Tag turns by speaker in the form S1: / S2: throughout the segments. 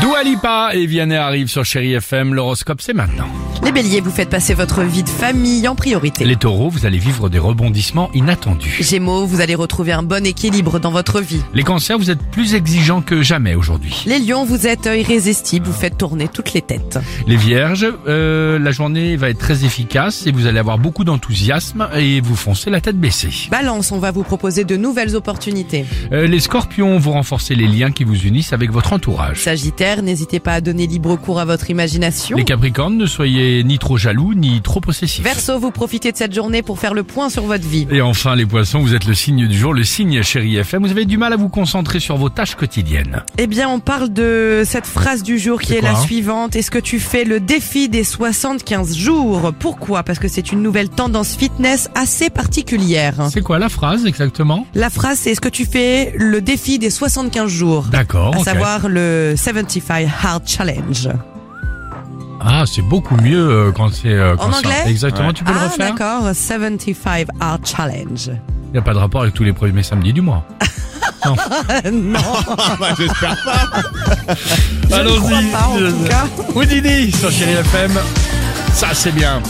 S1: Dua Lipa et Vianney arrive sur Chéri FM. L'horoscope, c'est maintenant.
S2: Les béliers, vous faites passer votre vie de famille en priorité.
S1: Les taureaux, vous allez vivre des rebondissements inattendus.
S2: Gémeaux, vous allez retrouver un bon équilibre dans votre vie.
S1: Les cancers, vous êtes plus exigeants que jamais aujourd'hui.
S2: Les lions, vous êtes irrésistibles, vous faites tourner toutes les têtes.
S1: Les vierges, euh, la journée va être très efficace et vous allez avoir beaucoup d'enthousiasme et vous foncez la tête baissée.
S2: Balance, on va vous proposer de nouvelles opportunités.
S1: Euh, les scorpions, vous renforcez les liens qui vous unissent avec votre entourage.
S2: Sagittaire, n'hésitez pas à donner libre cours à votre imagination.
S1: Les capricornes, ne soyez ni trop jaloux ni trop possessifs.
S2: Verseau, vous profitez de cette journée pour faire le point sur votre vie.
S1: Et enfin, les poissons, vous êtes le signe du jour, le signe Chéri FM. Vous avez du mal à vous concentrer sur vos tâches quotidiennes.
S2: Eh bien, on parle de cette phrase du jour qui
S1: C'est
S2: est,
S1: quoi,
S2: la
S1: hein
S2: suivante. Est-ce que tu fais le défi des 75 jours Pourquoi Parce que c'est une nouvelle tendance fitness assez particulière.
S1: C'est quoi la phrase exactement
S2: La phrase, c'est est-ce que tu fais le défi des 75 jours
S1: D'accord.
S2: À
S1: ok.
S2: savoir le 75 Hard Challenge.
S1: Ah, c'est beaucoup mieux euh, quand c'est. euh, quand c'est-
S2: anglais
S1: Exactement. Tu peux le
S2: ah,
S1: refaire.
S2: d'accord, 75 Hard Challenge.
S1: Il n'y a pas de rapport avec tous les premiers samedis du mois.
S2: non, je crois
S1: Allons-y.
S2: pas en tout cas.
S1: Houdini sur Chéri FM. Ça, c'est bien.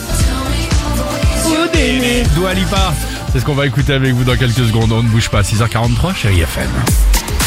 S1: Houdini. Dua Lipa. C'est ce qu'on va écouter avec vous dans quelques secondes. On ne bouge pas. 6h43, Chéri FM.